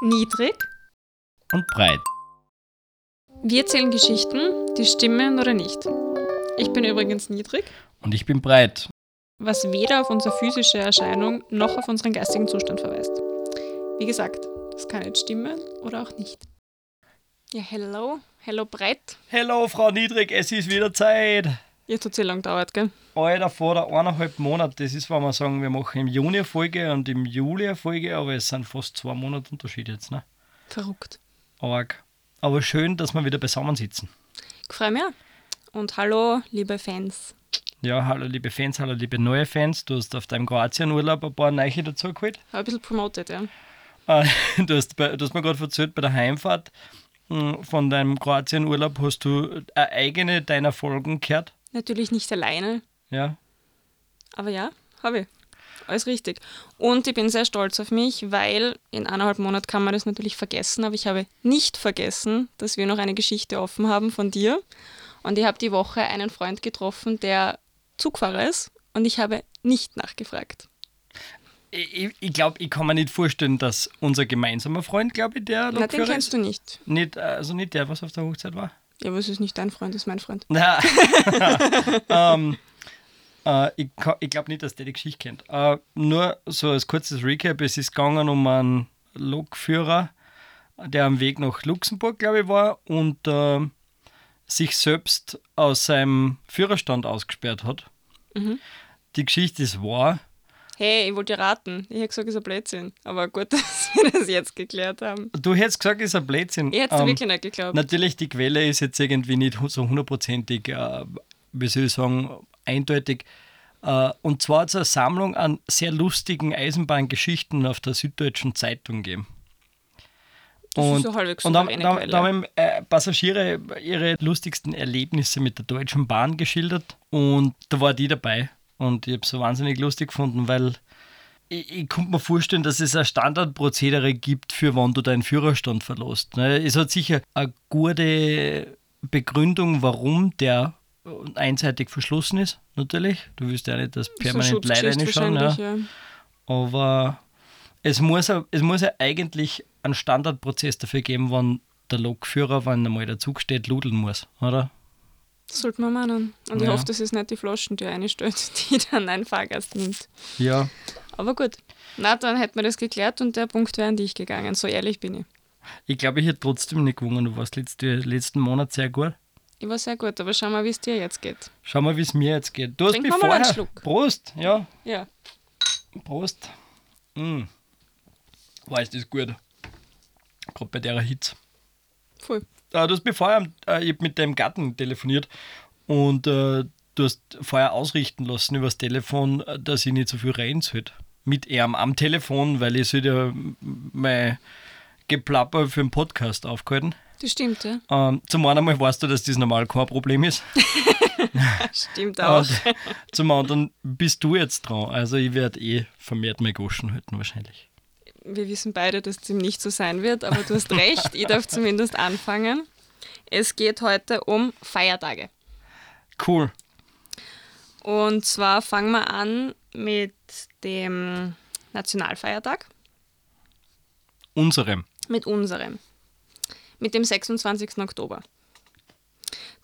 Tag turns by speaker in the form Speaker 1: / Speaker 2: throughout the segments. Speaker 1: niedrig.
Speaker 2: und breit.
Speaker 1: Wir zählen Geschichten, die stimmen oder nicht. Ich bin übrigens niedrig,
Speaker 2: Und ich bin breit.
Speaker 1: was weder auf unsere physische Erscheinung noch auf unseren geistigen Zustand verweist. Wie gesagt, das kann jetzt stimmen oder auch nicht. Ja, hello, hello breit.
Speaker 2: Hello, Frau Niedrig, es ist wieder Zeit.
Speaker 1: Jetzt hat es eh lang gedauert, gell?
Speaker 2: Alter, vor der eineinhalb Monate, das ist, wenn wir sagen, wir machen im Juni eine Folge und im Juli eine Folge, aber es sind fast zwei Monate Unterschied jetzt, ne?
Speaker 1: Verrückt.
Speaker 2: Arg. Aber schön, dass wir wieder beisammen sitzen.
Speaker 1: Freue mich. auch. Und hallo, liebe Fans.
Speaker 2: Ja, hallo liebe Fans, hallo liebe neue Fans. Du hast auf deinem Kroatien-Urlaub ein paar Neiche dazugeholt.
Speaker 1: Hab ein bisschen promotet, ja.
Speaker 2: Äh, Du hast, bei, du hast mir gerade erzählt, bei der Heimfahrt mh, von deinem Kroatien-Urlaub hast du eine eigene deiner Folgen gehört.
Speaker 1: Natürlich nicht alleine,
Speaker 2: Ja,
Speaker 1: aber ja, habe ich. Alles richtig. Und ich bin sehr stolz auf mich, weil in eineinhalb Monaten kann man das natürlich vergessen, aber ich habe nicht vergessen, dass wir noch eine Geschichte offen haben von dir. Und ich habe die Woche einen Freund getroffen, der Zugfahrer ist und ich habe nicht nachgefragt.
Speaker 2: Ich, ich- ich glaube, ich kann mir nicht vorstellen, dass unser gemeinsamer Freund, glaube ich, der
Speaker 1: Na, den
Speaker 2: Lokführer
Speaker 1: kennst
Speaker 2: ist.
Speaker 1: du nicht.
Speaker 2: Nicht, äh, also nicht der, was auf der Hochzeit war.
Speaker 1: Ja, aber es ist nicht dein Freund, es ist mein Freund.
Speaker 2: Na, ähm, äh, ich ka- ich glaube nicht, dass der die Geschichte kennt. Äh, nur so als kurzes Recap: Es ist gegangen um einen Lokführer, der am Weg nach Luxemburg, glaube ich, war und ähm, sich selbst aus seinem Führerstand ausgesperrt hat.
Speaker 1: Mhm.
Speaker 2: Die Geschichte ist wahr.
Speaker 1: Hey, ich wollte dir raten. Ich hätte gesagt, es ist ein Blödsinn. Aber gut, dass wir das jetzt geklärt haben.
Speaker 2: Du hättest gesagt, ist ein Blödsinn.
Speaker 1: Ich hätte es
Speaker 2: Ähm,
Speaker 1: wirklich nicht geglaubt.
Speaker 2: Natürlich, die Quelle ist jetzt irgendwie nicht so hundertprozentig, äh, wie soll ich sagen, eindeutig. Äh, und zwar hat es eine Sammlung an sehr lustigen Eisenbahngeschichten auf der Süddeutschen Zeitung gegeben.
Speaker 1: Das ist
Speaker 2: und,
Speaker 1: so halbwegs
Speaker 2: und da,
Speaker 1: souveräne
Speaker 2: da,
Speaker 1: Quelle.
Speaker 2: da haben äh, Passagiere ihre lustigsten Erlebnisse mit der Deutschen Bahn geschildert und da war die dabei. Und ich habe es so wahnsinnig lustig gefunden, weil ich, ich konnte mir vorstellen, dass es ein Standardprozedere gibt, für wann du deinen Führerstand verlässt. Ne? Es hat sicher eine gute Begründung, warum der einseitig verschlossen ist, natürlich. Du willst ja nicht, dass permanent Leute reinschauen. Ja.
Speaker 1: wahrscheinlich, ja.
Speaker 2: Aber es muss, ja- es muss ja eigentlich einen Standardprozess dafür geben, wann der Lokführer, wenn einmal der Zug steht, ludeln muss, oder?
Speaker 1: Das sollte man meinen. Und ich
Speaker 2: Ja.
Speaker 1: hoffe, das ist nicht die Flaschentür einstellt, die dann ein Fahrgast nimmt.
Speaker 2: Ja.
Speaker 1: Aber gut. Na, dann hätten wir das geklärt und der Punkt wäre an dich gegangen. So ehrlich bin ich.
Speaker 2: Ich glaube, ich hätte trotzdem nicht gewonnen. Du warst letzte, letzten Monat sehr gut.
Speaker 1: Ich war sehr gut, aber schau mal, wie es dir jetzt geht.
Speaker 2: Schau mal, wie es mir jetzt geht. Du hast
Speaker 1: Trink
Speaker 2: mich
Speaker 1: mal mal einen
Speaker 2: vorher...
Speaker 1: Schluck.
Speaker 2: Prost, ja.
Speaker 1: Ja.
Speaker 2: Prost. Mm. Weiß das gut. Gerade bei der Hitze.
Speaker 1: Voll.
Speaker 2: Äh, du hast mir vorher, äh, ich hab mit deinem Gatten telefoniert und äh, du hast vorher ausrichten lassen übers Telefon, äh, dass ich nicht so viel reden sollte. Mit ihm am Telefon, weil ich sollte ja m- mein Geplapper für den Podcast aufgehalten.
Speaker 1: Das stimmt, ja.
Speaker 2: Ähm, zum einen mal weißt du, dass das normal kein Problem ist.
Speaker 1: Stimmt auch.
Speaker 2: Und zum anderen bist du jetzt dran. Also ich werde eh vermehrt mal Goschen halten wahrscheinlich.
Speaker 1: Wir wissen beide, dass es ihm nicht so sein wird, aber du hast recht. Ich darf zumindest anfangen. Es geht heute um Feiertage.
Speaker 2: Cool.
Speaker 1: Und zwar fangen wir an mit dem Nationalfeiertag.
Speaker 2: Unserem.
Speaker 1: Mit unserem. Mit dem 26. Oktober.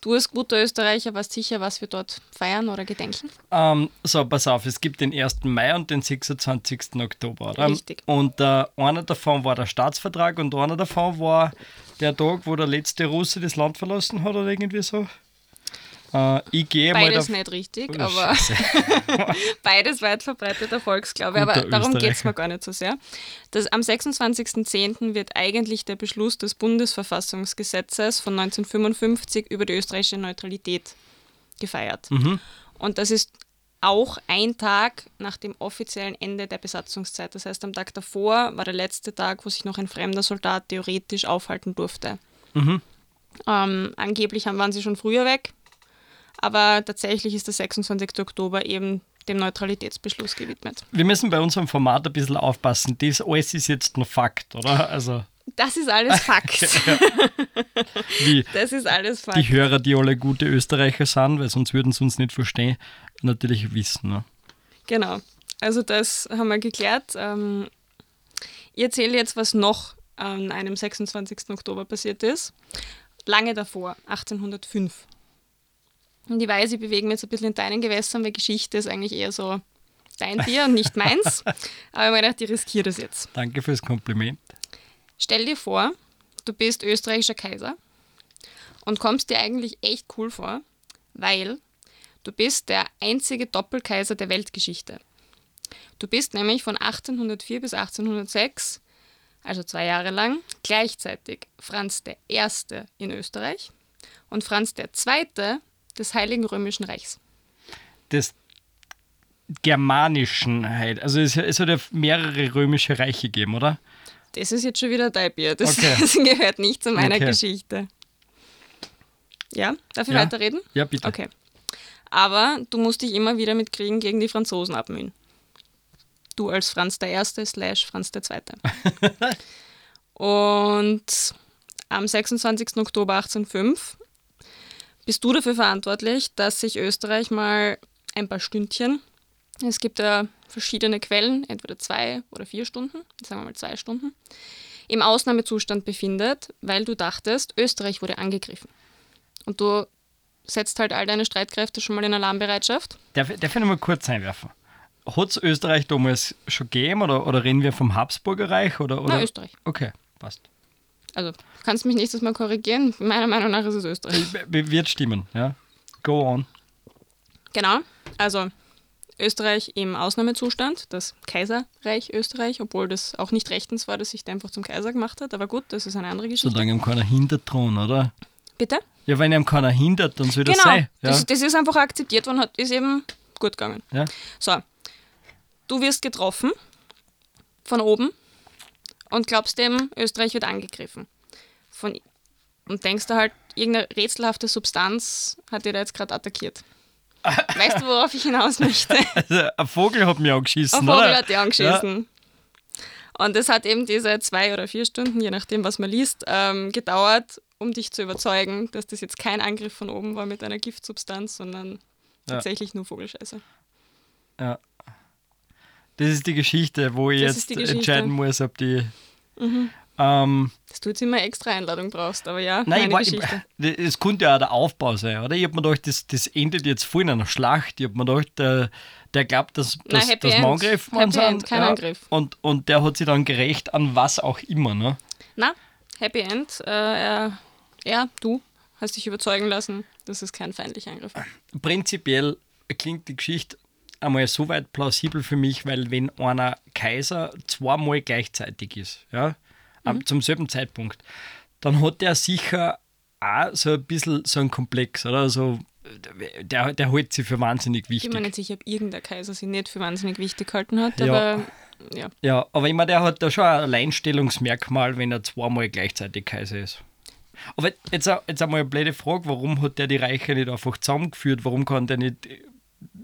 Speaker 1: Du als guter Österreicher weißt sicher, was wir dort feiern oder gedenken.
Speaker 2: Ähm, so, pass auf, es gibt den 1. Mai und den 26. Oktober, oder?
Speaker 1: Richtig.
Speaker 2: Und äh, einer davon war der Staatsvertrag und einer davon war der Tag, wo der letzte Russe das Land verlassen hat oder irgendwie so. Äh, ich gehe mal
Speaker 1: Beides
Speaker 2: dav-
Speaker 1: nicht richtig,
Speaker 2: Oh,
Speaker 1: aber beides weit verbreiteter Volksglaube. Aber
Speaker 2: Guter
Speaker 1: darum geht es
Speaker 2: Österreicher.
Speaker 1: mir gar nicht so sehr. Das, am 26.10. wird eigentlich der Beschluss des Bundesverfassungsgesetzes von 1955 über die österreichische Neutralität gefeiert.
Speaker 2: Mhm.
Speaker 1: Und das ist auch ein Tag nach dem offiziellen Ende der Besatzungszeit. Das heißt, am Tag davor war der letzte Tag, wo sich noch ein fremder Soldat theoretisch aufhalten durfte.
Speaker 2: Mhm.
Speaker 1: Ähm, angeblich haben- waren sie schon früher weg, aber tatsächlich ist der 26. Oktober eben dem Neutralitätsbeschluss gewidmet.
Speaker 2: Wir müssen bei unserem Format ein bisschen aufpassen. Das alles ist jetzt ein Fakt, oder? Also,
Speaker 1: Das ist alles Fakt.
Speaker 2: wie
Speaker 1: Das ist alles Fakt.
Speaker 2: die Hörer, die alle gute Österreicher sind, weil sonst würden sie uns nicht verstehen, natürlich wissen. Ne?
Speaker 1: Genau. Also das haben wir geklärt. Ähm, ich erzähle jetzt, was noch an einem 26. Oktober passiert ist. Lange davor, 1805. Und ich weiß, ich bewege mich jetzt ein bisschen in deinen Gewässern, weil Geschichte ist eigentlich eher so dein Bier und nicht meins. Aber ich habe mir gedacht, ich riskiere das jetzt.
Speaker 2: Danke fürs Kompliment.
Speaker 1: Stell dir vor, du bist österreichischer Kaiser und kommst dir eigentlich echt cool vor, weil du bist der einzige Doppelkaiser der Weltgeschichte. Du bist nämlich von 1804 bis 1806, also zwei Jahre lang, gleichzeitig Franz der Erste in Österreich und Franz der Zweite des Heiligen Römischen Reichs.
Speaker 2: Des germanischen, halt. also es, es hat ja mehrere römische Reiche gegeben, oder?
Speaker 1: Das ist jetzt schon wieder dein Bier. Das,
Speaker 2: Okay.
Speaker 1: das gehört nicht zu meiner
Speaker 2: Okay.
Speaker 1: Geschichte. Ja, darf ich
Speaker 2: Ja.
Speaker 1: weiterreden?
Speaker 2: Ja, bitte.
Speaker 1: Okay. Aber du musst dich immer wieder mit Kriegen gegen die Franzosen abmühen. Du als Franz der Erste slash Franz der Zweite. Und am 26. Oktober 1805 bist du dafür verantwortlich, dass sich Österreich mal ein paar Stündchen, es gibt ja verschiedene Quellen, entweder zwei oder vier Stunden, sagen wir mal zwei Stunden, im Ausnahmezustand befindet, weil du dachtest, Österreich wurde angegriffen. Und du setzt halt all deine Streitkräfte schon mal in Alarmbereitschaft.
Speaker 2: Darf, darf ich noch mal kurz einwerfen? Hat es Österreich damals schon gegeben oder, oder reden wir vom Habsburger Reich? Oder, oder?
Speaker 1: Na, Österreich.
Speaker 2: Okay, passt.
Speaker 1: Also, du kannst mich nächstes Mal korrigieren. Meiner Meinung nach ist es Österreich.
Speaker 2: W- w- Wird stimmen, ja. Go on.
Speaker 1: Genau. Also, Österreich im Ausnahmezustand, das Kaiserreich Österreich, obwohl das auch nicht rechtens war, dass sich der einfach zum Kaiser gemacht hat. Aber gut, das ist eine andere Geschichte.
Speaker 2: Solange ihm keiner hindert dran, oder?
Speaker 1: Bitte?
Speaker 2: Ja, wenn ihm keiner hindert, dann soll das
Speaker 1: genau.
Speaker 2: sein. Ja?
Speaker 1: Das, das ist einfach akzeptiert worden, hat, ist eben gut gegangen.
Speaker 2: ja?
Speaker 1: So, du wirst getroffen von oben und glaubst dem, Österreich wird angegriffen. Von, und denkst da halt, irgendeine rätselhafte Substanz hat dir da jetzt gerade attackiert. Weißt du, worauf ich hinaus möchte?
Speaker 2: Also, ein Vogel hat mich angeschissen,
Speaker 1: Ein
Speaker 2: oder?
Speaker 1: Vogel hat die angeschissen. Und es hat eben diese zwei oder vier Stunden, je nachdem, was man liest, ähm, gedauert, um dich zu überzeugen, dass das jetzt kein Angriff von oben war mit einer Giftsubstanz, sondern
Speaker 2: Ja.
Speaker 1: tatsächlich nur Vogelscheiße.
Speaker 2: Ja. ja. Das ist die Geschichte, wo ich
Speaker 1: Das ist
Speaker 2: jetzt
Speaker 1: die Geschichte. Mhm.
Speaker 2: entscheiden muss, ob die. Ähm,
Speaker 1: Dass du jetzt immer extra Einladung brauchst, aber ja,
Speaker 2: Nein,
Speaker 1: meine
Speaker 2: ich war,
Speaker 1: Geschichte.
Speaker 2: ich, es konnte ja auch der Aufbau sein, oder? Ich habe mir gedacht, das, das endet jetzt voll in einer Schlacht. Ich habe mir gedacht, der, der glaubt, dass,
Speaker 1: Nein,
Speaker 2: dass,
Speaker 1: Happy
Speaker 2: dass wir
Speaker 1: End.
Speaker 2: angegriffen
Speaker 1: Happy
Speaker 2: worden sind.
Speaker 1: End, kein Angriff.
Speaker 2: Und, und der hat sich dann gerecht an was auch immer, ne?
Speaker 1: Na, Happy End. Äh, er, er, du, hast dich überzeugen lassen, dass es kein feindlicher Angriff war.
Speaker 2: Prinzipiell klingt die Geschichte einmal so weit plausibel für mich, weil wenn einer Kaiser zweimal gleichzeitig ist, ja, am- zum selben Zeitpunkt, dann hat der sicher auch so ein bisschen so einen Komplex, oder? So, der, der hält sich für wahnsinnig
Speaker 1: Ich
Speaker 2: wichtig.
Speaker 1: bin mir nicht sicher, ob irgendein Kaiser sie nicht für wahnsinnig wichtig gehalten hat,
Speaker 2: Ja.
Speaker 1: aber ja.
Speaker 2: Ja, aber ich meine, der hat da schon ein Alleinstellungsmerkmal, wenn er zweimal gleichzeitig Kaiser ist. Aber jetzt, auch- jetzt einmal eine blöde Frage, warum hat der die Reiche nicht einfach zusammengeführt? Warum kann der nicht äh,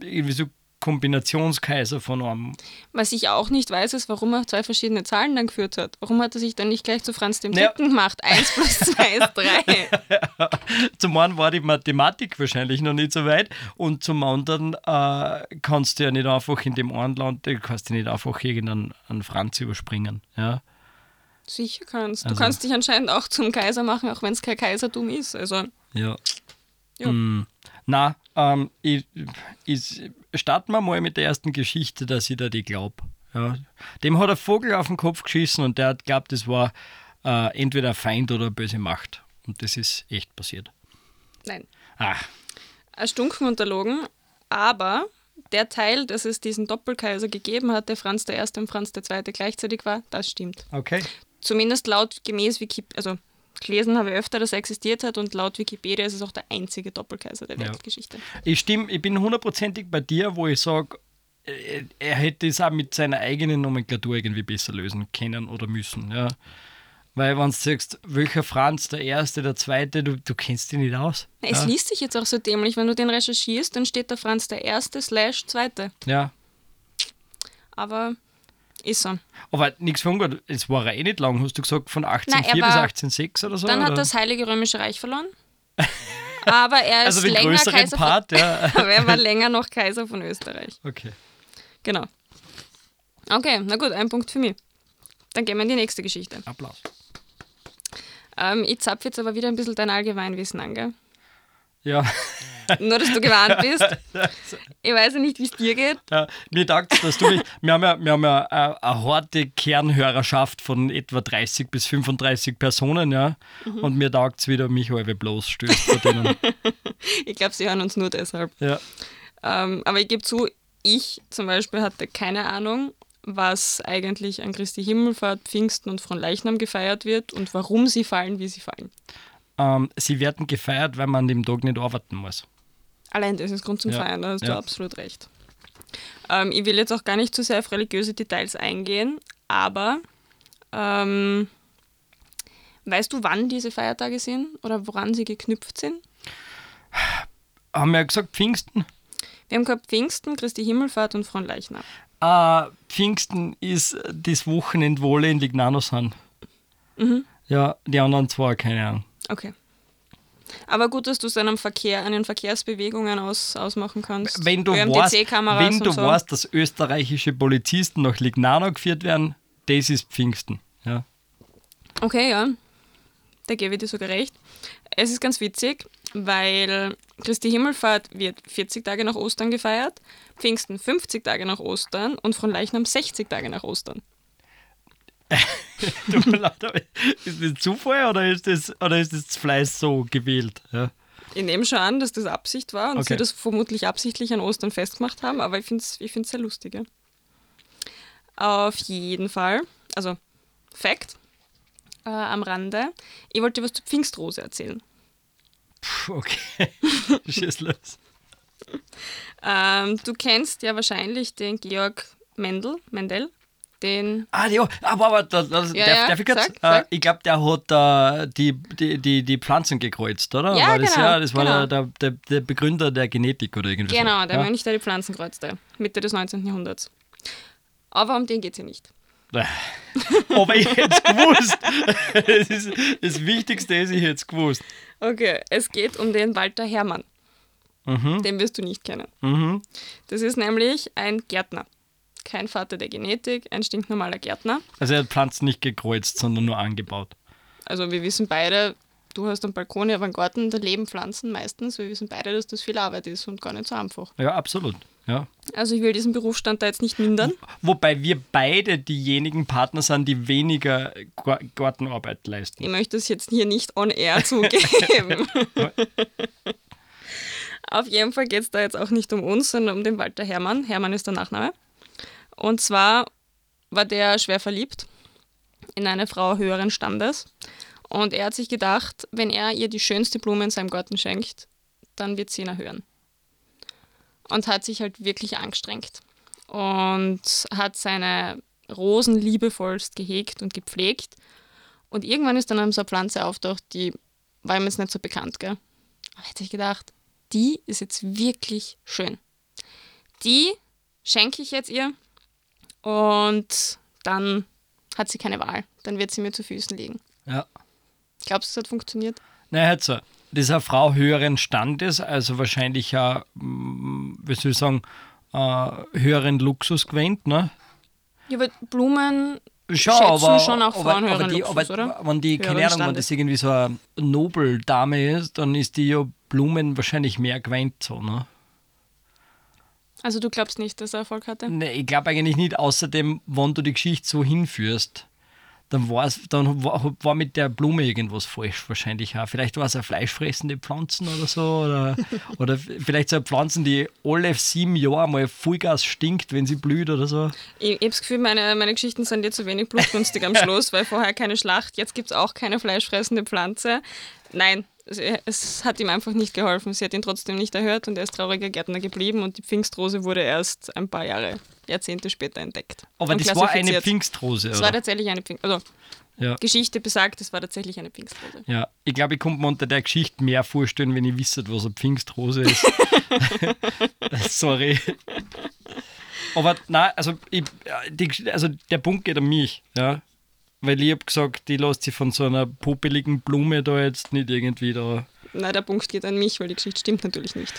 Speaker 2: irgendwie so Kombinationskaiser von einem...
Speaker 1: Was ich auch nicht weiß, ist, warum er zwei verschiedene Zahlen dann geführt hat. Warum hat er sich dann nicht gleich zu Franz dem
Speaker 2: Naja.
Speaker 1: Dritten gemacht? Eins plus zwei ist drei.
Speaker 2: Zum einen war die Mathematik wahrscheinlich noch nicht so weit und zum anderen äh, kannst du ja nicht einfach in dem einen Land, äh, kannst du nicht einfach irgendeinen einen Franz überspringen. Ja?
Speaker 1: Sicher kannst. Du
Speaker 2: Also-
Speaker 1: kannst dich anscheinend auch zum Kaiser machen, auch wenn es kein Kaisertum ist. Also,
Speaker 2: Ja.
Speaker 1: Ja.
Speaker 2: Mm. Na, ähm, ich, ich, starten wir mal mit der ersten Geschichte, dass ich da die glaub. Ja. Dem hat ein Vogel auf den Kopf geschissen und der hat glaubt, das war äh, entweder ein Feind oder eine böse Macht. Und das ist echt passiert. Ah,
Speaker 1: nein.
Speaker 2: Ach,
Speaker 1: erstunken und erlogen, aber der Teil, dass es diesen Doppelkaiser gegeben hat, der Franz I. und Franz II. gleichzeitig war, das stimmt.
Speaker 2: okay.
Speaker 1: Zumindest laut gemäß Wikipedia, also gelesen habe ich öfter, dass er existiert hat und laut Wikipedia ist es auch der einzige Doppelkaiser der
Speaker 2: Ja.
Speaker 1: Weltgeschichte.
Speaker 2: Ich stimme, ich bin hundertprozentig bei dir, wo ich sage, er hätte es auch mit seiner eigenen Nomenklatur irgendwie besser lösen können oder müssen. Ja. Weil wenn du sagst, welcher Franz, der Erste, der Zweite, du, du kennst dich nicht aus.
Speaker 1: Na, es
Speaker 2: ja.
Speaker 1: liest sich jetzt auch so dämlich, wenn du den recherchierst, dann steht da Franz I. slash Zweite.
Speaker 2: ja.
Speaker 1: Aber ist so.
Speaker 2: Aber nichts von gut, es war eh nicht lang, hast du gesagt, von 1804
Speaker 1: Nein,
Speaker 2: bis
Speaker 1: er war-
Speaker 2: 1806 oder so?
Speaker 1: Dann hat
Speaker 2: oder?
Speaker 1: das Heilige Römische Reich verloren. Aber er ist
Speaker 2: also den
Speaker 1: länger
Speaker 2: größeren
Speaker 1: Kaiser
Speaker 2: Part, ja.
Speaker 1: von, aber er war länger noch Kaiser von Österreich.
Speaker 2: Okay.
Speaker 1: Genau. Okay, na gut, ein Punkt für mich. Dann gehen wir in die nächste Geschichte.
Speaker 2: Applaus.
Speaker 1: Ähm, ich zapfe jetzt aber wieder ein bisschen dein Allgemeinwissen an, gell?
Speaker 2: Ja,
Speaker 1: Nur, dass du gewarnt bist. Ich weiß ja nicht, wie es dir geht.
Speaker 2: ja mir taugt dass du mich. Wir haben ja, wir haben ja eine, eine harte Kernhörerschaft von etwa 30 bis 35 Personen, ja.
Speaker 1: Mhm.
Speaker 2: Und mir taugt es wieder, mich halbe bloßstößt bei denen.
Speaker 1: Ich glaube, sie hören uns nur deshalb.
Speaker 2: ja.
Speaker 1: Ähm, aber ich gebe zu, ich zum Beispiel hatte keine Ahnung, was eigentlich an Christi Himmelfahrt, Pfingsten und Fronleichnam gefeiert wird und warum sie fallen, wie sie fallen.
Speaker 2: ähm, sie werden gefeiert, weil man an dem Tag nicht arbeiten muss.
Speaker 1: Allein das ist Grund zum
Speaker 2: Ja,
Speaker 1: Feiern, da hast du
Speaker 2: ja.
Speaker 1: absolut recht. Ähm, ich will jetzt auch gar nicht zu sehr auf religiöse Details eingehen, aber ähm, weißt du, wann diese Feiertage sind oder woran sie geknüpft sind?
Speaker 2: Haben wir ja gesagt, Pfingsten?
Speaker 1: Wir haben gehabt Pfingsten, Christi Himmelfahrt und Fronleichnam.
Speaker 2: Äh, Pfingsten ist das Wochenende, wo alle in Lignano sind.
Speaker 1: Mhm.
Speaker 2: Ja, die anderen zwei, keine Ahnung.
Speaker 1: Okay. Aber gut, dass du es dann am Verkehr, an den Verkehrsbewegungen aus, ausmachen kannst.
Speaker 2: Wenn du, weißt,
Speaker 1: ÖMTC-Kameras
Speaker 2: wenn
Speaker 1: und
Speaker 2: du
Speaker 1: so.
Speaker 2: weißt, dass österreichische Polizisten nach Lignano geführt werden, das ist Pfingsten. Ja.
Speaker 1: Okay, ja. Da gebe ich dir sogar recht. Es ist ganz witzig, weil Christi Himmelfahrt wird 40 Tage nach Ostern gefeiert, Pfingsten 50 Tage nach Ostern und Fronleichnam 60 Tage nach Ostern.
Speaker 2: Tut mir leid, aber ist das Zufall oder ist das, oder ist das Fleiß so gewählt? Ja.
Speaker 1: Ich nehme schon an, dass das Absicht war und
Speaker 2: Okay.
Speaker 1: sie das vermutlich absichtlich an Ostern festgemacht haben, aber ich finde es ich find's sehr lustig. Ja. Auf jeden Fall, also Fact äh, am Rande, ich wollte dir was zur Pfingstrose erzählen.
Speaker 2: Puh, okay, schieß los.
Speaker 1: Ähm, du kennst ja wahrscheinlich den Georg Mendel, Mendel, den
Speaker 2: Ah, ja, aber, aber da, da,
Speaker 1: Ja,
Speaker 2: darf,
Speaker 1: ja,
Speaker 2: darf ich kurz?
Speaker 1: sag, sag.
Speaker 2: Äh, ich glaube, der hat äh, die, die, die, die Pflanzen gekreuzt, oder?
Speaker 1: Ja,
Speaker 2: war das,
Speaker 1: genau,
Speaker 2: ja, das war
Speaker 1: genau.
Speaker 2: der, der, der Begründer der Genetik oder irgendwie
Speaker 1: Genau,
Speaker 2: so.
Speaker 1: der
Speaker 2: ja?
Speaker 1: Mönch, der die Pflanzen kreuzte, Mitte des 19. Jahrhunderts. Aber um den geht es ja nicht.
Speaker 2: Aber ich hätte es gewusst. Das, ist, das Wichtigste ist, ich hätte es gewusst.
Speaker 1: Okay, es geht um den Walter Hermann. Den wirst du nicht kennen.
Speaker 2: Mhm.
Speaker 1: Das ist nämlich ein Gärtner. Kein Vater der Genetik, ein stinknormaler Gärtner.
Speaker 2: Also er hat Pflanzen nicht gekreuzt, sondern nur angebaut.
Speaker 1: Also wir wissen beide, du hast einen Balkon, ich habe einen Garten, da leben Pflanzen meistens. Wir wissen beide, dass das viel Arbeit ist und gar nicht so einfach.
Speaker 2: Ja, absolut. Ja.
Speaker 1: Also ich will diesen Berufsstand da jetzt nicht mindern.
Speaker 2: Wobei wir beide diejenigen Partner sind, die weniger Gar- Gartenarbeit leisten.
Speaker 1: Ich möchte es jetzt hier nicht on air zugeben. Auf jeden Fall geht es da jetzt auch nicht um uns, sondern um den Walter Hermann. Hermann ist der Nachname. Und zwar war der schwer verliebt in eine Frau höheren Standes. Und er hat sich gedacht, wenn er ihr die schönste Blume in seinem Garten schenkt, dann wird sie ihn erhören. Und hat sich halt wirklich angestrengt. Und hat seine Rosen liebevollst gehegt und gepflegt. Und irgendwann ist dann einem so eine Pflanze auftaucht, die war ihm jetzt nicht so bekannt, gell? Aber hätte ich gedacht, die ist jetzt wirklich schön. Die schenke ich jetzt ihr und dann hat sie keine Wahl. Dann wird sie mir zu Füßen liegen.
Speaker 2: Ja.
Speaker 1: Glaubst du, es hat funktioniert?
Speaker 2: Na, hört so. Das ist eine Frau höheren Standes, also wahrscheinlich ja, mm, wie soll ich sagen, äh, höheren Luxus gewählt, ne?
Speaker 1: Ja, aber Blumen
Speaker 2: Schon,
Speaker 1: schätzen
Speaker 2: aber,
Speaker 1: schon auch Frauen
Speaker 2: aber,
Speaker 1: höheren
Speaker 2: aber die,
Speaker 1: Luxus,
Speaker 2: aber
Speaker 1: oder?
Speaker 2: Wenn die, keine
Speaker 1: Höheren
Speaker 2: Ahnung, wenn
Speaker 1: Standes.
Speaker 2: das irgendwie so eine Nobeldame ist, dann ist die ja Blumen wahrscheinlich mehr gewöhnt so, ne?
Speaker 1: Also du glaubst nicht, dass er Erfolg hatte?
Speaker 2: Nee, ich glaube eigentlich nicht. Außerdem, wenn du die Geschichte so hinführst, dann, war's, dann war, war mit der Blume irgendwas falsch wahrscheinlich auch. Vielleicht war es eine fleischfressende Pflanzen oder so. Oder, oder vielleicht so eine Pflanzen, die alle sieben Jahre mal Vollgas stinkt, wenn sie blüht oder so.
Speaker 1: Ich, ich habe das Gefühl, meine, meine Geschichten sind dir zu wenig blutrünstig am Schluss, weil vorher keine Schlacht, jetzt gibt es auch keine fleischfressende Pflanze. Nein, es, es hat ihm einfach nicht geholfen. Sie hat ihn trotzdem nicht erhört und er ist trauriger Gärtner geblieben und die Pfingstrose wurde erst ein paar Jahre, Jahrzehnte später entdeckt.
Speaker 2: Aber
Speaker 1: und
Speaker 2: das war eine
Speaker 1: klassifiziert.
Speaker 2: Pfingstrose,
Speaker 1: Es war
Speaker 2: oder?
Speaker 1: tatsächlich eine Pfingstrose. Also,
Speaker 2: Ja.
Speaker 1: Geschichte besagt, es war tatsächlich eine Pfingstrose.
Speaker 2: Ja, ich glaube, ich konnte mir unter der Geschichte mehr vorstellen, wenn ich wisset, was eine Pfingstrose ist. Sorry. Aber nein, also, ich, die, Gesch- also der Punkt geht an mich, ja. Weil ich habe gesagt, die lässt sich von so einer popeligen Blume da jetzt nicht irgendwie da.
Speaker 1: Na, der Punkt geht an mich, weil die Geschichte stimmt natürlich nicht.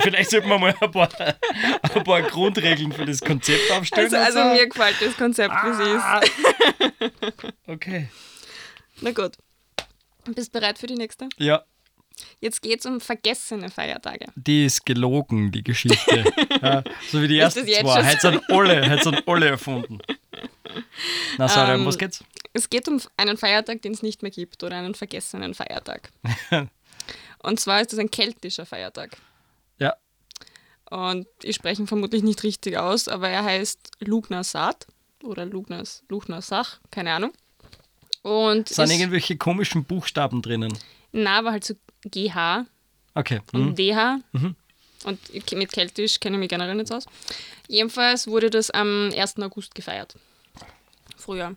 Speaker 2: Vielleicht sollten wir mal ein paar, ein paar Grundregeln für das Konzept aufstellen.
Speaker 1: Also, also mir gefällt das Konzept,
Speaker 2: Ah.
Speaker 1: wie es ist.
Speaker 2: Okay.
Speaker 1: Na gut. Bist bereit für die nächste?
Speaker 2: Ja,
Speaker 1: Jetzt geht es um vergessene Feiertage.
Speaker 2: die ist gelogen, die Geschichte. ja, so wie die
Speaker 1: Ist das
Speaker 2: ersten
Speaker 1: jetzt
Speaker 2: zwei.
Speaker 1: schon
Speaker 2: Hat sind alle, hat sind alle erfunden. Na, Sarah, um
Speaker 1: Ähm,
Speaker 2: was geht's?
Speaker 1: Es geht um einen Feiertag, den es nicht mehr gibt oder einen vergessenen Feiertag. Und zwar ist es ein keltischer Feiertag.
Speaker 2: Ja,
Speaker 1: Und ich spreche ihn vermutlich nicht richtig aus, aber er heißt Lugnasat oder Lugnas, Lugnasach, keine Ahnung. Und
Speaker 2: sind
Speaker 1: ist,
Speaker 2: irgendwelche komischen Buchstaben drinnen.
Speaker 1: na, aber halt so GH
Speaker 2: Okay.
Speaker 1: und
Speaker 2: Hm.
Speaker 1: DH. Und ich- mit Keltisch kenne ich mich generell nicht aus. Jedenfalls wurde das am 1. August gefeiert. Früher.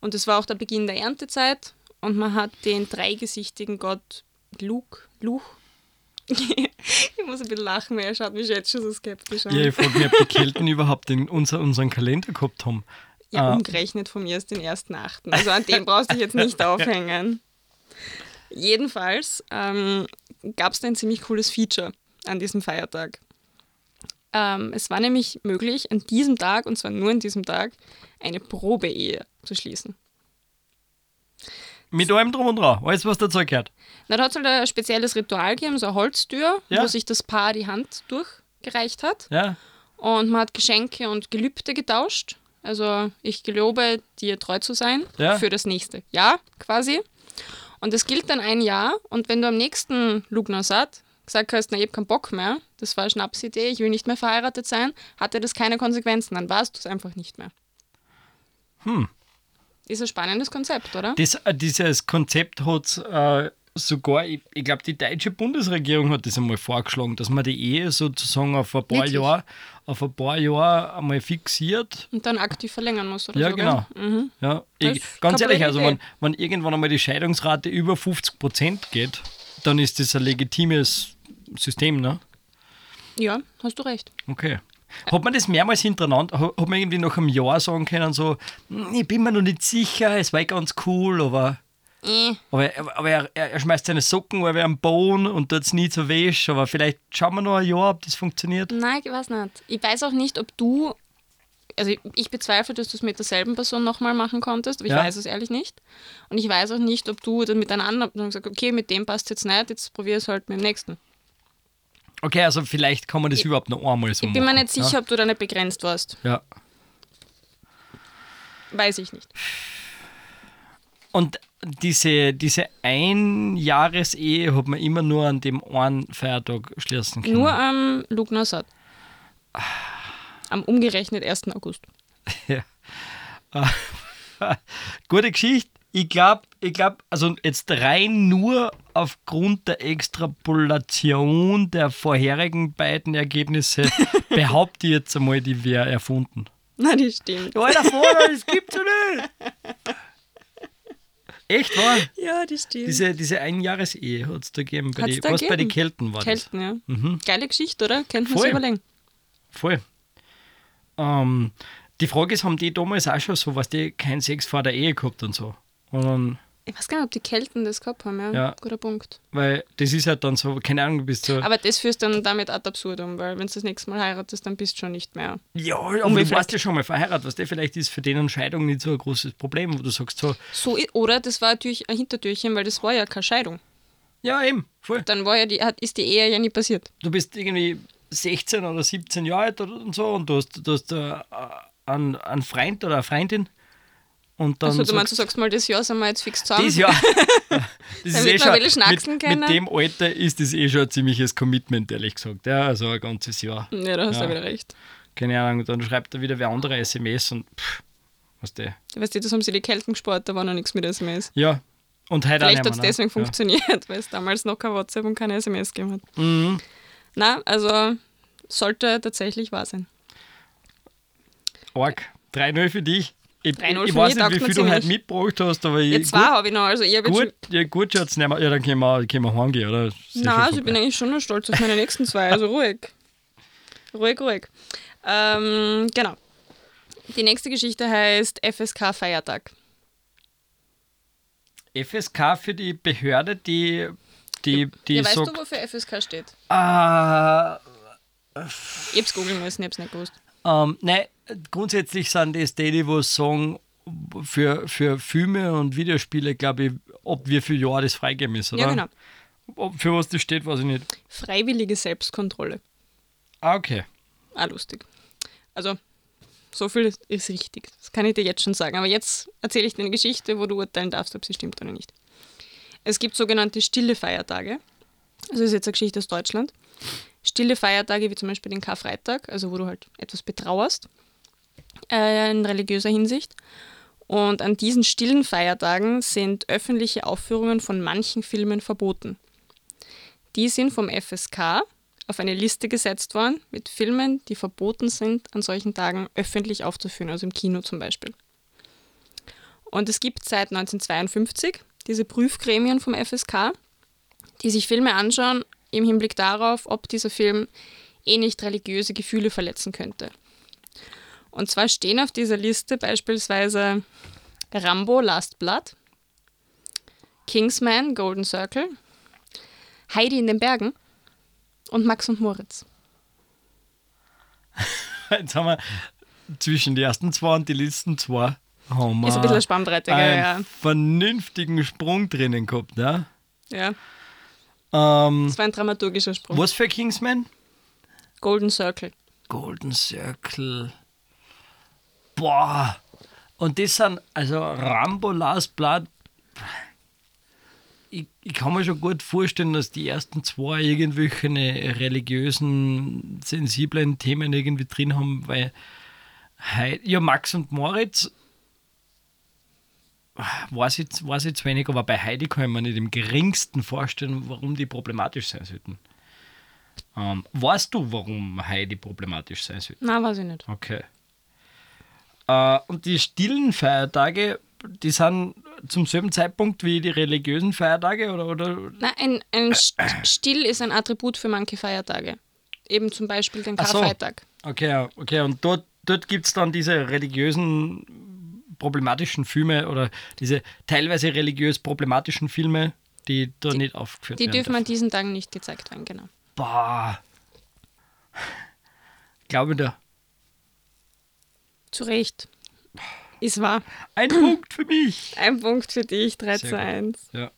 Speaker 1: Und es war auch der Beginn der Erntezeit und man hat den dreigesichtigen Gott Luke, Luch. ich muss ein bisschen lachen, weil er schaut mich jetzt schon so skeptisch an.
Speaker 2: Ja, ich frage mich, ob die Kelten überhaupt in unser, unseren Kalender gehabt haben.
Speaker 1: Ja,
Speaker 2: Ah.
Speaker 1: umgerechnet von mir ist den ersten Achten. Also an dem brauchst du dich jetzt nicht aufhängen. Jedenfalls ähm, gab es da ein ziemlich cooles Feature an diesem Feiertag. Ähm, es war nämlich möglich, an diesem Tag, und zwar nur an diesem Tag, eine Probeehe zu schließen.
Speaker 2: Mit allem drum und dran, alles, was dazu gehört.
Speaker 1: Na, da hat es halt ein spezielles Ritual gegeben, so eine Holztür,
Speaker 2: Ja.
Speaker 1: wo sich das Paar die Hand durchgereicht hat.
Speaker 2: Ja,
Speaker 1: Und man hat Geschenke und Gelübde getauscht. Also ich gelobe, dir treu zu sein
Speaker 2: Ja.
Speaker 1: für das nächste Jahr quasi. Und das gilt dann ein Jahr. Und wenn du am nächsten Lugnasat gesagt hast, na, ich habe keinen Bock mehr, das war eine Schnapsidee, ich will nicht mehr verheiratet sein, hatte das keine Konsequenzen, dann warst du es einfach nicht mehr.
Speaker 2: Hm.
Speaker 1: Ist ein spannendes Konzept, oder?
Speaker 2: das, äh, dieses Konzept hat äh, sogar, ich, ich glaube, die deutsche Bundesregierung hat das einmal vorgeschlagen, dass man die Ehe sozusagen auf ein paar
Speaker 1: Wirklich?
Speaker 2: Jahre, auf ein paar Jahre einmal fixiert
Speaker 1: Und dann aktiv verlängern musst oder
Speaker 2: Ja,
Speaker 1: so. gell? Mhm.
Speaker 2: genau. Ja,
Speaker 1: Das
Speaker 2: ich,
Speaker 1: ist
Speaker 2: ganz
Speaker 1: keine
Speaker 2: ehrlich, also
Speaker 1: blöde
Speaker 2: wenn, wenn irgendwann einmal die Scheidungsrate über 50% geht, dann ist das ein legitimes System, ne?
Speaker 1: Ja, hast du recht.
Speaker 2: Okay. Hat man das mehrmals hintereinander, ha- hat man irgendwie nach einem Jahr sagen können, so, "Hm, ich bin mir noch nicht sicher, es war eh ganz cool, aber,
Speaker 1: Äh.
Speaker 2: aber, aber er, er er schmeißt seine Socken, weil wir am Boden und tut es nie zur Wäsche, aber vielleicht schauen wir noch ein Jahr, ob das funktioniert.
Speaker 1: Nein, ich weiß nicht. Ich weiß auch nicht, ob du. Also ich- ich bezweifle, dass du es mit derselben Person nochmal machen konntest, aber ich
Speaker 2: Ja.
Speaker 1: weiß es ehrlich nicht. Und ich weiß auch nicht, ob du dann mit einer anderen dann gesagt hast, okay, mit dem passt jetzt nicht, jetzt probier es halt mit dem nächsten.
Speaker 2: Okay, also vielleicht kann man das überhaupt noch einmal so
Speaker 1: Ich bin mir
Speaker 2: machen,
Speaker 1: nicht sicher, ob du da nicht begrenzt warst.
Speaker 2: Ja. ja.
Speaker 1: Weiß ich nicht.
Speaker 2: Und diese, diese Einjahresehe hat man immer nur an dem einen Feiertag schließen können.
Speaker 1: Nur am Lugnasat. Am umgerechnet 1. August.
Speaker 2: Gute Geschichte. Ich glaube, ich glaub, also jetzt rein nur aufgrund der Extrapolation der vorherigen beiden Ergebnisse behaupte ich jetzt einmal, die wäre erfunden.
Speaker 1: Na, das stimmt.
Speaker 2: Alter, Vater, das gibt's doch nicht! Echt wahr?
Speaker 1: Ja, das stimmt.
Speaker 2: Diese, diese Einjahresehe hat es da gegeben. Bei
Speaker 1: Hat's
Speaker 2: die,
Speaker 1: da
Speaker 2: was bei den
Speaker 1: gegeben?
Speaker 2: Kelten war das?
Speaker 1: Kelten, ja. Geile Geschichte, oder? Könnten wir
Speaker 2: Mhm. Voll.
Speaker 1: uns überlegen.
Speaker 2: Voll. Ähm, die Frage ist, haben die damals auch schon so, was die kein Sex vor der Ehe gehabt und so? Und dann,
Speaker 1: Ich weiß gar nicht, ob die Kelten das gehabt haben, ja.
Speaker 2: Ja.
Speaker 1: Guter Punkt.
Speaker 2: weil das ist halt dann so, keine Ahnung, bist du.
Speaker 1: Aber das führst dann damit ad absurdum, weil wenn du das nächste Mal heiratest, dann bist du schon nicht mehr.
Speaker 2: ja, aber du
Speaker 1: unbefleckt.
Speaker 2: warst ja schon mal verheiratet, was der vielleicht ist für denen Scheidung nicht so ein großes Problem, wo du sagst so,
Speaker 1: So, i- oder das war natürlich ein Hintertürchen, weil das war ja keine Scheidung.
Speaker 2: ja eben, voll.
Speaker 1: Dann war ja die, hat, ist die Ehe ja nie passiert.
Speaker 2: Du bist irgendwie 16 oder 17 Jahre alt oder und so und du hast, du hast äh, einen, einen Freund oder eine Freundin und dann.
Speaker 1: Also du meinst,
Speaker 2: sagst-
Speaker 1: du sagst mal, das Jahr sind wir jetzt fix zusammen.
Speaker 2: Das Jahr. Das eh
Speaker 1: Damit wir alle schnacksen
Speaker 2: mit,
Speaker 1: können.
Speaker 2: mit dem Alter ist das eh schon ein ziemliches Commitment, ehrlich gesagt. Ja, also ein ganzes Jahr.
Speaker 1: Ja, da hast du
Speaker 2: Ja.
Speaker 1: ja wieder recht.
Speaker 2: Keine Ahnung, dann schreibt er wieder wer andere SMS und pff, was der.
Speaker 1: Weißt du, das haben sie die Kelten gespart, da war noch nichts mit SMS.
Speaker 2: Ja, und heute
Speaker 1: Vielleicht
Speaker 2: auch
Speaker 1: hat es
Speaker 2: nicht mehr, ne?
Speaker 1: deswegen funktioniert, weil es damals noch kein WhatsApp und keine SMS gegeben hat.
Speaker 2: Ja. Mhm.
Speaker 1: Na, also sollte tatsächlich wahr sein.
Speaker 2: Arg. 3-0 für dich. Ich,
Speaker 1: 3-0
Speaker 2: ich
Speaker 1: für
Speaker 2: weiß
Speaker 1: mich,
Speaker 2: nicht,
Speaker 1: taugt mir
Speaker 2: wie viel du heute
Speaker 1: ziemlich.
Speaker 2: mitgebracht hast, aber
Speaker 1: Ja,
Speaker 2: ich,
Speaker 1: zwei habe ich noch, also ich habe jetzt
Speaker 2: gut,
Speaker 1: schon...
Speaker 2: gut, ja, gut schaut's nicht mehr. Ja, dann können wir, können wir heimgehen, oder? Sehr
Speaker 1: Na,
Speaker 2: viel
Speaker 1: also ich bin
Speaker 2: vorbei.
Speaker 1: eigentlich schon noch stolz auf meine nächsten zwei, also ruhig. Ruhig, ruhig. Ähm, genau. Die nächste Geschichte heißt FSK-Feiertag.
Speaker 2: FSK für die Behörde, die die, die
Speaker 1: ja, weißt
Speaker 2: sagt,
Speaker 1: du, wofür FSK steht?
Speaker 2: ah,
Speaker 1: Ich hab's googeln müssen, ich hab's nicht gewusst.
Speaker 2: Ähm, nein, grundsätzlich sind das die, die sagen, für, für Filme und Videospiele, glaube ich, ob wir für Jahr das freigeben ist, oder?
Speaker 1: Ja, genau.
Speaker 2: Ob für was das steht, weiß ich nicht.
Speaker 1: Freiwillige Selbstkontrolle.
Speaker 2: Ah, okay.
Speaker 1: Ah, lustig. Also, so viel ist, ist richtig. Das kann ich dir jetzt schon sagen. Aber jetzt erzähle ich dir eine Geschichte, wo du urteilen darfst, ob sie stimmt oder nicht. Es gibt sogenannte stille Feiertage. Also ist jetzt eine Geschichte aus Deutschland. Stille Feiertage wie zum Beispiel den Karfreitag, also wo du halt etwas betrauerst äh, in religiöser Hinsicht. Und an diesen stillen Feiertagen sind öffentliche Aufführungen von manchen Filmen verboten. Die sind vom FSK auf eine Liste gesetzt worden mit Filmen, die verboten sind, an solchen Tagen öffentlich aufzuführen, also im Kino zum Beispiel. Und es gibt seit 1952 diese Prüfgremien vom FSK, die sich Filme anschauen im Hinblick darauf, ob dieser Film eh nicht religiöse Gefühle verletzen könnte. Und zwar stehen auf dieser Liste beispielsweise Rambo Last Blood, Kingsman Golden Circle, Heidi in den Bergen und Max und Moritz.
Speaker 2: Jetzt haben wir zwischen die ersten zwei und die letzten zwei haben
Speaker 1: Ist ein bisschen eine Spannbreite, gell? Ja.
Speaker 2: einen vernünftigen Sprung drinnen gehabt. Ja?
Speaker 1: ja.
Speaker 2: Ähm,
Speaker 1: Das war ein dramaturgischer Sprung.
Speaker 2: was für Kingsman?
Speaker 1: Golden Circle.
Speaker 2: Golden Circle. Boah. Und das sind, also Rambo Last Blood. Ich, ich kann mir schon gut vorstellen, dass die ersten zwei irgendwelche religiösen, sensiblen Themen irgendwie drin haben, weil hei- ja, Max und Moritz weiß ich, z- weiß ich zu wenig, aber bei Heidi kann ich mir nicht im geringsten vorstellen, warum die problematisch sein sollten. Ähm, weißt du, warum Heidi problematisch sein sollten?
Speaker 1: Na, weiß ich nicht.
Speaker 2: Okay. Äh, und die stillen Feiertage, die sind zum selben Zeitpunkt wie die religiösen Feiertage oder, oder
Speaker 1: Na, ein, ein St- Still ist ein Attribut für manche Feiertage. Eben zum Beispiel den
Speaker 2: Ach so.
Speaker 1: Karfreitag.
Speaker 2: Okay, ja, okay, und dort, dort gibt es dann diese religiösen problematischen Filme oder diese teilweise religiös problematischen Filme, die da nicht aufgeführt
Speaker 1: Die
Speaker 2: werden.
Speaker 1: dürfen an diesen Tagen nicht gezeigt werden, genau.
Speaker 2: Bah. Glaube da.
Speaker 1: Zu Recht. Ist wahr.
Speaker 2: Ein Punkt für mich.
Speaker 1: Ein Punkt für dich, 3
Speaker 2: Sehr
Speaker 1: zu
Speaker 2: gut.
Speaker 1: 1.
Speaker 2: Ja,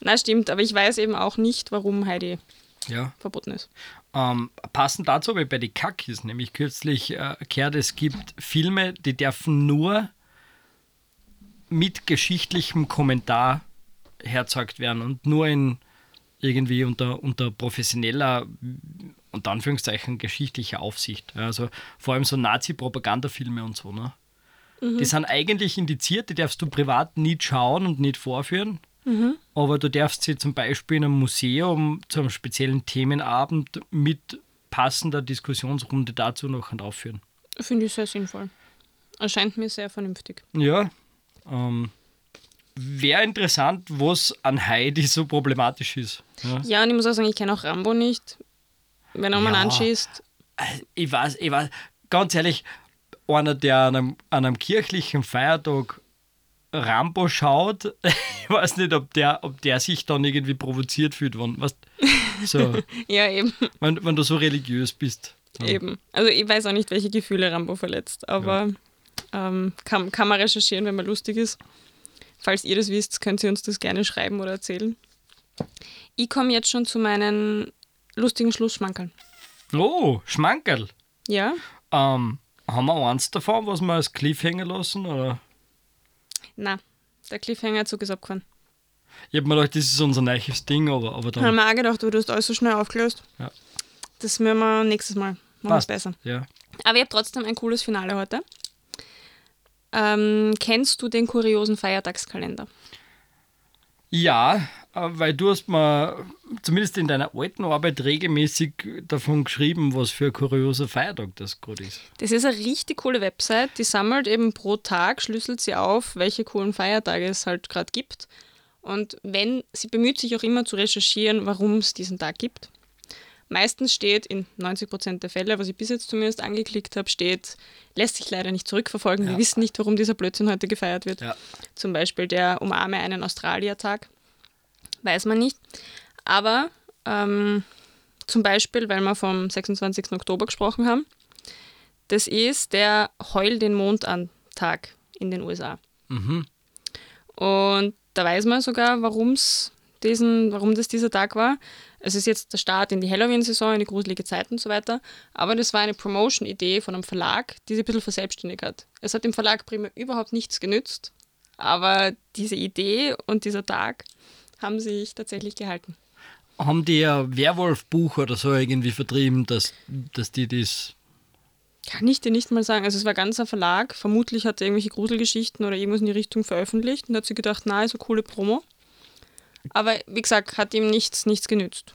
Speaker 1: Na, stimmt, aber ich weiß eben auch nicht, warum Heidi
Speaker 2: ja.
Speaker 1: verboten ist.
Speaker 2: Ähm, passend dazu habe ich bei den Kackis nämlich kürzlich äh, gehört, es gibt Filme, die dürfen nur mit geschichtlichem Kommentar herzeigt werden und nur in irgendwie unter, unter professioneller, unter Anführungszeichen, geschichtlicher Aufsicht. Ja, Also vor allem so Nazi-Propagandafilme und so. Ne? Die sind eigentlich indiziert, die darfst du privat nicht schauen und nicht vorführen. Aber du darfst sie zum Beispiel in einem Museum zu einem speziellen Themenabend mit passender Diskussionsrunde dazu noch aufführen.
Speaker 1: Finde ich sehr sinnvoll. Erscheint mir sehr vernünftig.
Speaker 2: Ja. Ähm, Wäre interessant, was an Heidi so problematisch ist. Ja.
Speaker 1: Ja, und ich muss auch sagen, ich kenne auch Rambo nicht. Wenn er mal
Speaker 2: Ja.
Speaker 1: anschießt,
Speaker 2: Ich weiß, ich weiß, ganz ehrlich, einer, der an einem, an einem kirchlichen Feiertag Rambo schaut, ich weiß nicht, ob der, ob der sich dann irgendwie provoziert fühlt, wenn, weißt, so,
Speaker 1: ja eben.
Speaker 2: wenn, wenn du so religiös bist.
Speaker 1: Eben. Also ich weiß auch nicht, welche Gefühle Rambo verletzt, aber ähm, kann, kann man recherchieren, wenn man lustig ist. Falls ihr das wisst, könnt ihr uns das gerne schreiben oder erzählen. Ich komme jetzt schon zu meinen lustigen Schlussschmankeln.
Speaker 2: Oh, Schmankerl.
Speaker 1: Ja?
Speaker 2: Ähm, haben wir eins davon, was wir als Cliffhanger lassen? Oder?
Speaker 1: Na, der Cliffhanger-Zug ist abgefahren.
Speaker 2: Ich habe mir gedacht, das ist unser neues Ding, aber, aber
Speaker 1: Haben
Speaker 2: dann
Speaker 1: wir auch gedacht, aber du hast alles so schnell aufgelöst.
Speaker 2: Ja.
Speaker 1: Das müssen wir nächstes Mal. Machen wir
Speaker 2: passt.
Speaker 1: besser.
Speaker 2: Ja.
Speaker 1: Aber ich habe trotzdem ein cooles Finale heute. Ähm, kennst du den kuriosen Feiertagskalender?
Speaker 2: ja, äh, weil du hast mir zumindest in deiner alten Arbeit regelmäßig davon geschrieben, was für ein kurioser Feiertag das gerade ist.
Speaker 1: Das ist eine richtig coole Website, die sammelt eben pro Tag, schlüsselt sie auf, welche coolen Feiertage es halt gerade gibt. Und wenn, sie bemüht sich auch immer zu recherchieren, warum es diesen Tag gibt. Meistens steht in 90% der Fälle, was ich bis jetzt zumindest angeklickt habe, steht, lässt sich leider nicht zurückverfolgen. Wir wissen nicht, warum dieser Blödsinn heute gefeiert wird.
Speaker 2: Ja.
Speaker 1: Zum Beispiel der Umarme einen Australier-Tag. weiß man nicht. Aber ähm, zum Beispiel, weil wir vom 26. Oktober gesprochen haben, das ist der Heul den Mond an Tag in den USA.
Speaker 2: Mhm.
Speaker 1: Und da weiß man sogar, warum's diesen, warum das dieser Tag war. Es ist jetzt der Start in die Halloween-Saison, in die gruselige Zeit und so weiter. Aber das war eine Promotion-Idee von einem Verlag, die sich ein bisschen verselbstständigt hat. Es hat dem Verlag primär überhaupt nichts genützt, aber diese Idee und dieser Tag haben sich tatsächlich gehalten.
Speaker 2: Haben die ja Werwolf-Buch oder so irgendwie vertrieben, dass, dass die das.
Speaker 1: Kann ich dir nicht mal sagen. Also es war ganz ein Verlag. Vermutlich hat er irgendwelche Gruselgeschichten oder irgendwas in die Richtung veröffentlicht und hat sich gedacht, na, ist eine coole Promo. Aber wie gesagt, hat ihm nichts, nichts genützt.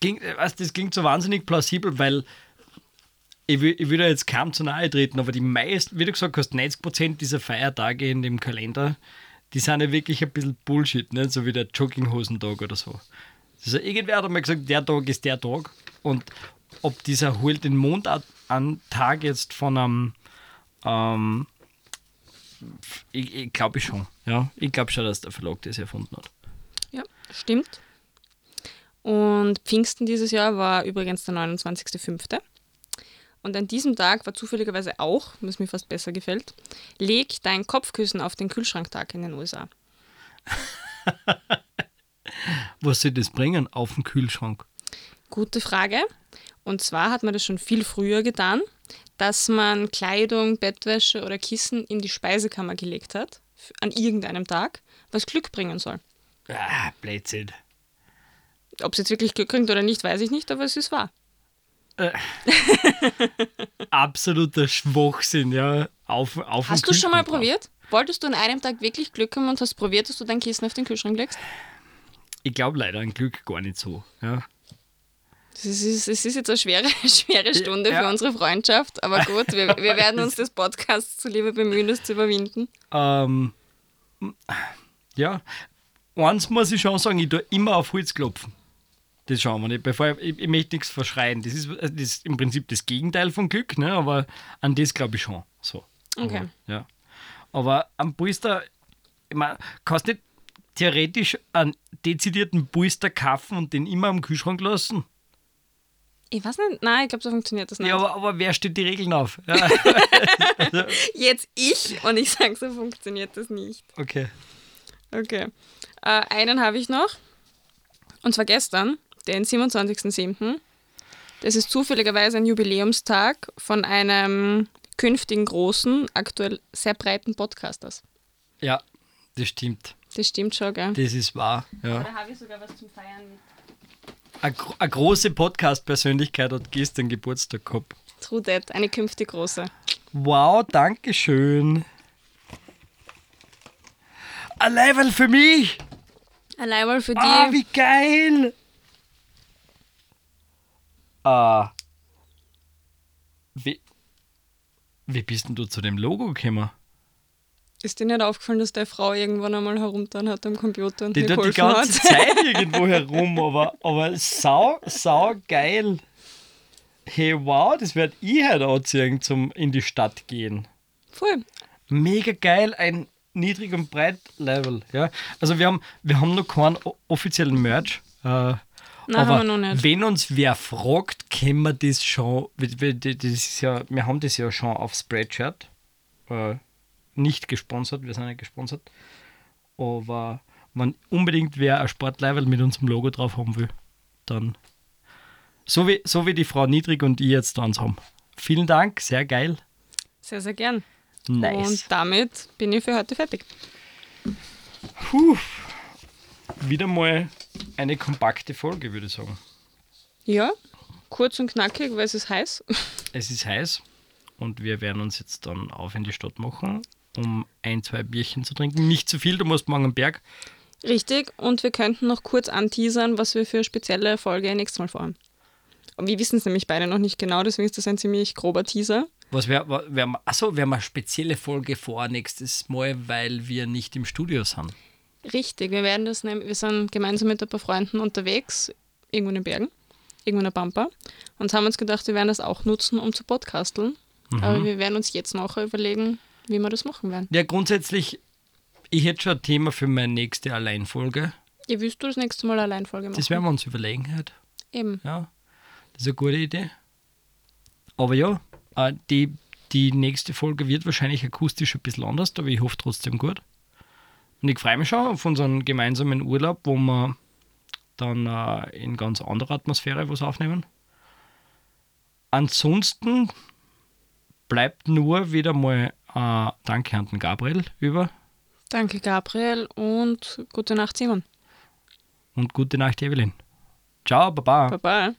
Speaker 2: Ging, also das klingt so wahnsinnig plausibel, weil ich, will- ich will da jetzt kaum zu nahe treten, aber die meisten, wie du gesagt hast, 90% dieser Feiertage in dem Kalender, die sind ja wirklich ein bisschen Bullshit, ne? so wie der Jogginghosentag oder so. Also irgendwer hat mal gesagt, der Tag ist der Tag. Und ob dieser holt den Mond an- an Tag jetzt von einem, ähm, ich, ich glaube schon, ja, ich glaube schon, dass der Verlag das erfunden hat.
Speaker 1: Ja, stimmt. Und Pfingsten dieses Jahr war übrigens der 29.05. Und an diesem Tag war zufälligerweise auch, was mir fast besser gefällt, leg dein Kopfkissen auf den Kühlschranktag in den USA.
Speaker 2: Was soll das bringen auf den Kühlschrank?
Speaker 1: Gute Frage. Und zwar hat man das schon viel früher getan, dass man Kleidung, Bettwäsche oder Kissen in die Speisekammer gelegt hat, f- an irgendeinem Tag, was Glück bringen soll.
Speaker 2: Ah, Blödsinn.
Speaker 1: Ob es jetzt wirklich Glück bringt oder nicht, weiß ich nicht, aber es ist wahr.
Speaker 2: Absoluter Schwachsinn, ja. Auf, auf
Speaker 1: Hast
Speaker 2: den
Speaker 1: du schon mal
Speaker 2: Kühlschrank drauf.
Speaker 1: probiert? Wolltest du an einem Tag wirklich Glück haben und hast probiert, dass du dein Kissen auf den Kühlschrank legst?
Speaker 2: Ich glaube leider an Glück gar nicht so. Ja.
Speaker 1: Das ist, es ist jetzt eine schwere, schwere Stunde
Speaker 2: Ja.
Speaker 1: für unsere Freundschaft, aber gut, wir, wir werden uns des Podcasts zuliebe bemühen, das zu überwinden.
Speaker 2: Ähm, ja. Eins muss ich schon sagen, ich tue immer auf Holz klopfen. Das schauen wir nicht. Bevor ich, ich, ich möchte nichts verschreien. Das ist, das ist im Prinzip das Gegenteil von Glück, ne? aber an das glaube ich schon. So.
Speaker 1: Okay.
Speaker 2: Aber, ja. aber am Polster, ich meine, kannst nicht theoretisch einen dezidierten Polster kaufen und den immer am Kühlschrank lassen?
Speaker 1: Ich weiß nicht, nein, ich glaube, so funktioniert das nicht.
Speaker 2: Ja, aber, aber wer steht die Regeln auf? Ja,
Speaker 1: Jetzt ich und ich sage, so funktioniert das nicht.
Speaker 2: okay.
Speaker 1: Okay. Äh, einen habe ich noch. Und zwar gestern, den 27.07. Das ist zufälligerweise ein Jubiläumstag von einem künftigen großen, aktuell sehr breiten Podcasters.
Speaker 2: Ja, das stimmt.
Speaker 1: Das stimmt schon, gell?
Speaker 2: Das ist wahr. Ja.
Speaker 1: Da habe ich sogar was zum Feiern mit.
Speaker 2: Eine, gro- eine große Podcast-Persönlichkeit hat gestern Geburtstag gehabt.
Speaker 1: True that, eine künftig große.
Speaker 2: Wow, danke schön. Ein Level für mich!
Speaker 1: Allein mal für die.
Speaker 2: Ah, wie geil! Ah. Wie, wie bist denn du zu dem Logo gekommen?
Speaker 1: ist dir nicht aufgefallen, dass der Frau irgendwann einmal herumtan hat am Computer und
Speaker 2: Die
Speaker 1: mir
Speaker 2: tut die
Speaker 1: geholfen
Speaker 2: ganze
Speaker 1: hat?
Speaker 2: Zeit irgendwo herum, aber, aber sau, sau geil. Hey, wow, das werd ich heute anziehen, zum in die Stadt gehen.
Speaker 1: Voll.
Speaker 2: Mega geil, ein niedrig- und breit-Level. Ja? Also wir haben, wir haben noch keinen o- offiziellen Merch. Äh,
Speaker 1: Nein,
Speaker 2: aber
Speaker 1: haben wir noch nicht.
Speaker 2: wenn uns wer fragt, können wir das schon, wir- wir- das ist ja, wir haben das ja schon auf Spreadshirt, äh, nicht gesponsert, wir sind nicht gesponsert, aber wenn unbedingt wer ein Sportlevel mit unserem Logo drauf haben will, dann so wie, so wie die Frau Niedrig und ich jetzt eins haben. Vielen Dank, sehr geil.
Speaker 1: Sehr, sehr gern.
Speaker 2: Nice.
Speaker 1: Und damit bin ich für heute fertig.
Speaker 2: Puh. Wieder mal eine kompakte Folge, würde ich sagen.
Speaker 1: Ja, kurz und knackig, weil es ist heiß.
Speaker 2: Es ist heiß und wir werden uns jetzt dann auf in die Stadt machen, um ein, zwei Bierchen zu trinken. Nicht zu viel, du musst morgen am Berg.
Speaker 1: Richtig, und wir könnten noch kurz anteasern, was wir für eine spezielle Folge nächstes Mal vorhaben. Und wir wissen es nämlich beide noch nicht genau, deswegen ist das ein ziemlich grober Teaser.
Speaker 2: Was wär, wa- wär, ma- achso, wir haben eine spezielle Folge vor nächstes Mal, weil wir nicht im Studio sind.
Speaker 1: Richtig, wir werden das nehmen. Wir sind gemeinsam mit ein paar Freunden unterwegs, irgendwo in den Bergen, irgendwo in der Pampa, und haben uns gedacht, wir werden das auch nutzen, um zu podcasteln.
Speaker 2: Mhm.
Speaker 1: Aber wir werden uns jetzt nachher überlegen, wie wir das machen werden.
Speaker 2: Ja, grundsätzlich, ich hätte schon ein Thema für meine nächste Alleinfolge.
Speaker 1: Ja, willst du das nächste Mal allein Folge machen?
Speaker 2: Das werden wir uns überlegen halt.
Speaker 1: Eben.
Speaker 2: Ja, das ist eine gute Idee. Aber ja, äh, die, die nächste Folge wird wahrscheinlich akustisch ein bisschen anders, aber ich hoffe trotzdem gut. Und ich freue mich schon auf unseren gemeinsamen Urlaub, wo wir dann äh, in ganz anderer Atmosphäre was aufnehmen. Ansonsten bleibt nur wieder mal äh, Danke an den Gabriel über
Speaker 1: Danke, Gabriel, und gute Nacht, Simon.
Speaker 2: und gute Nacht, Evelyn. Ciao, Baba.
Speaker 1: Baba.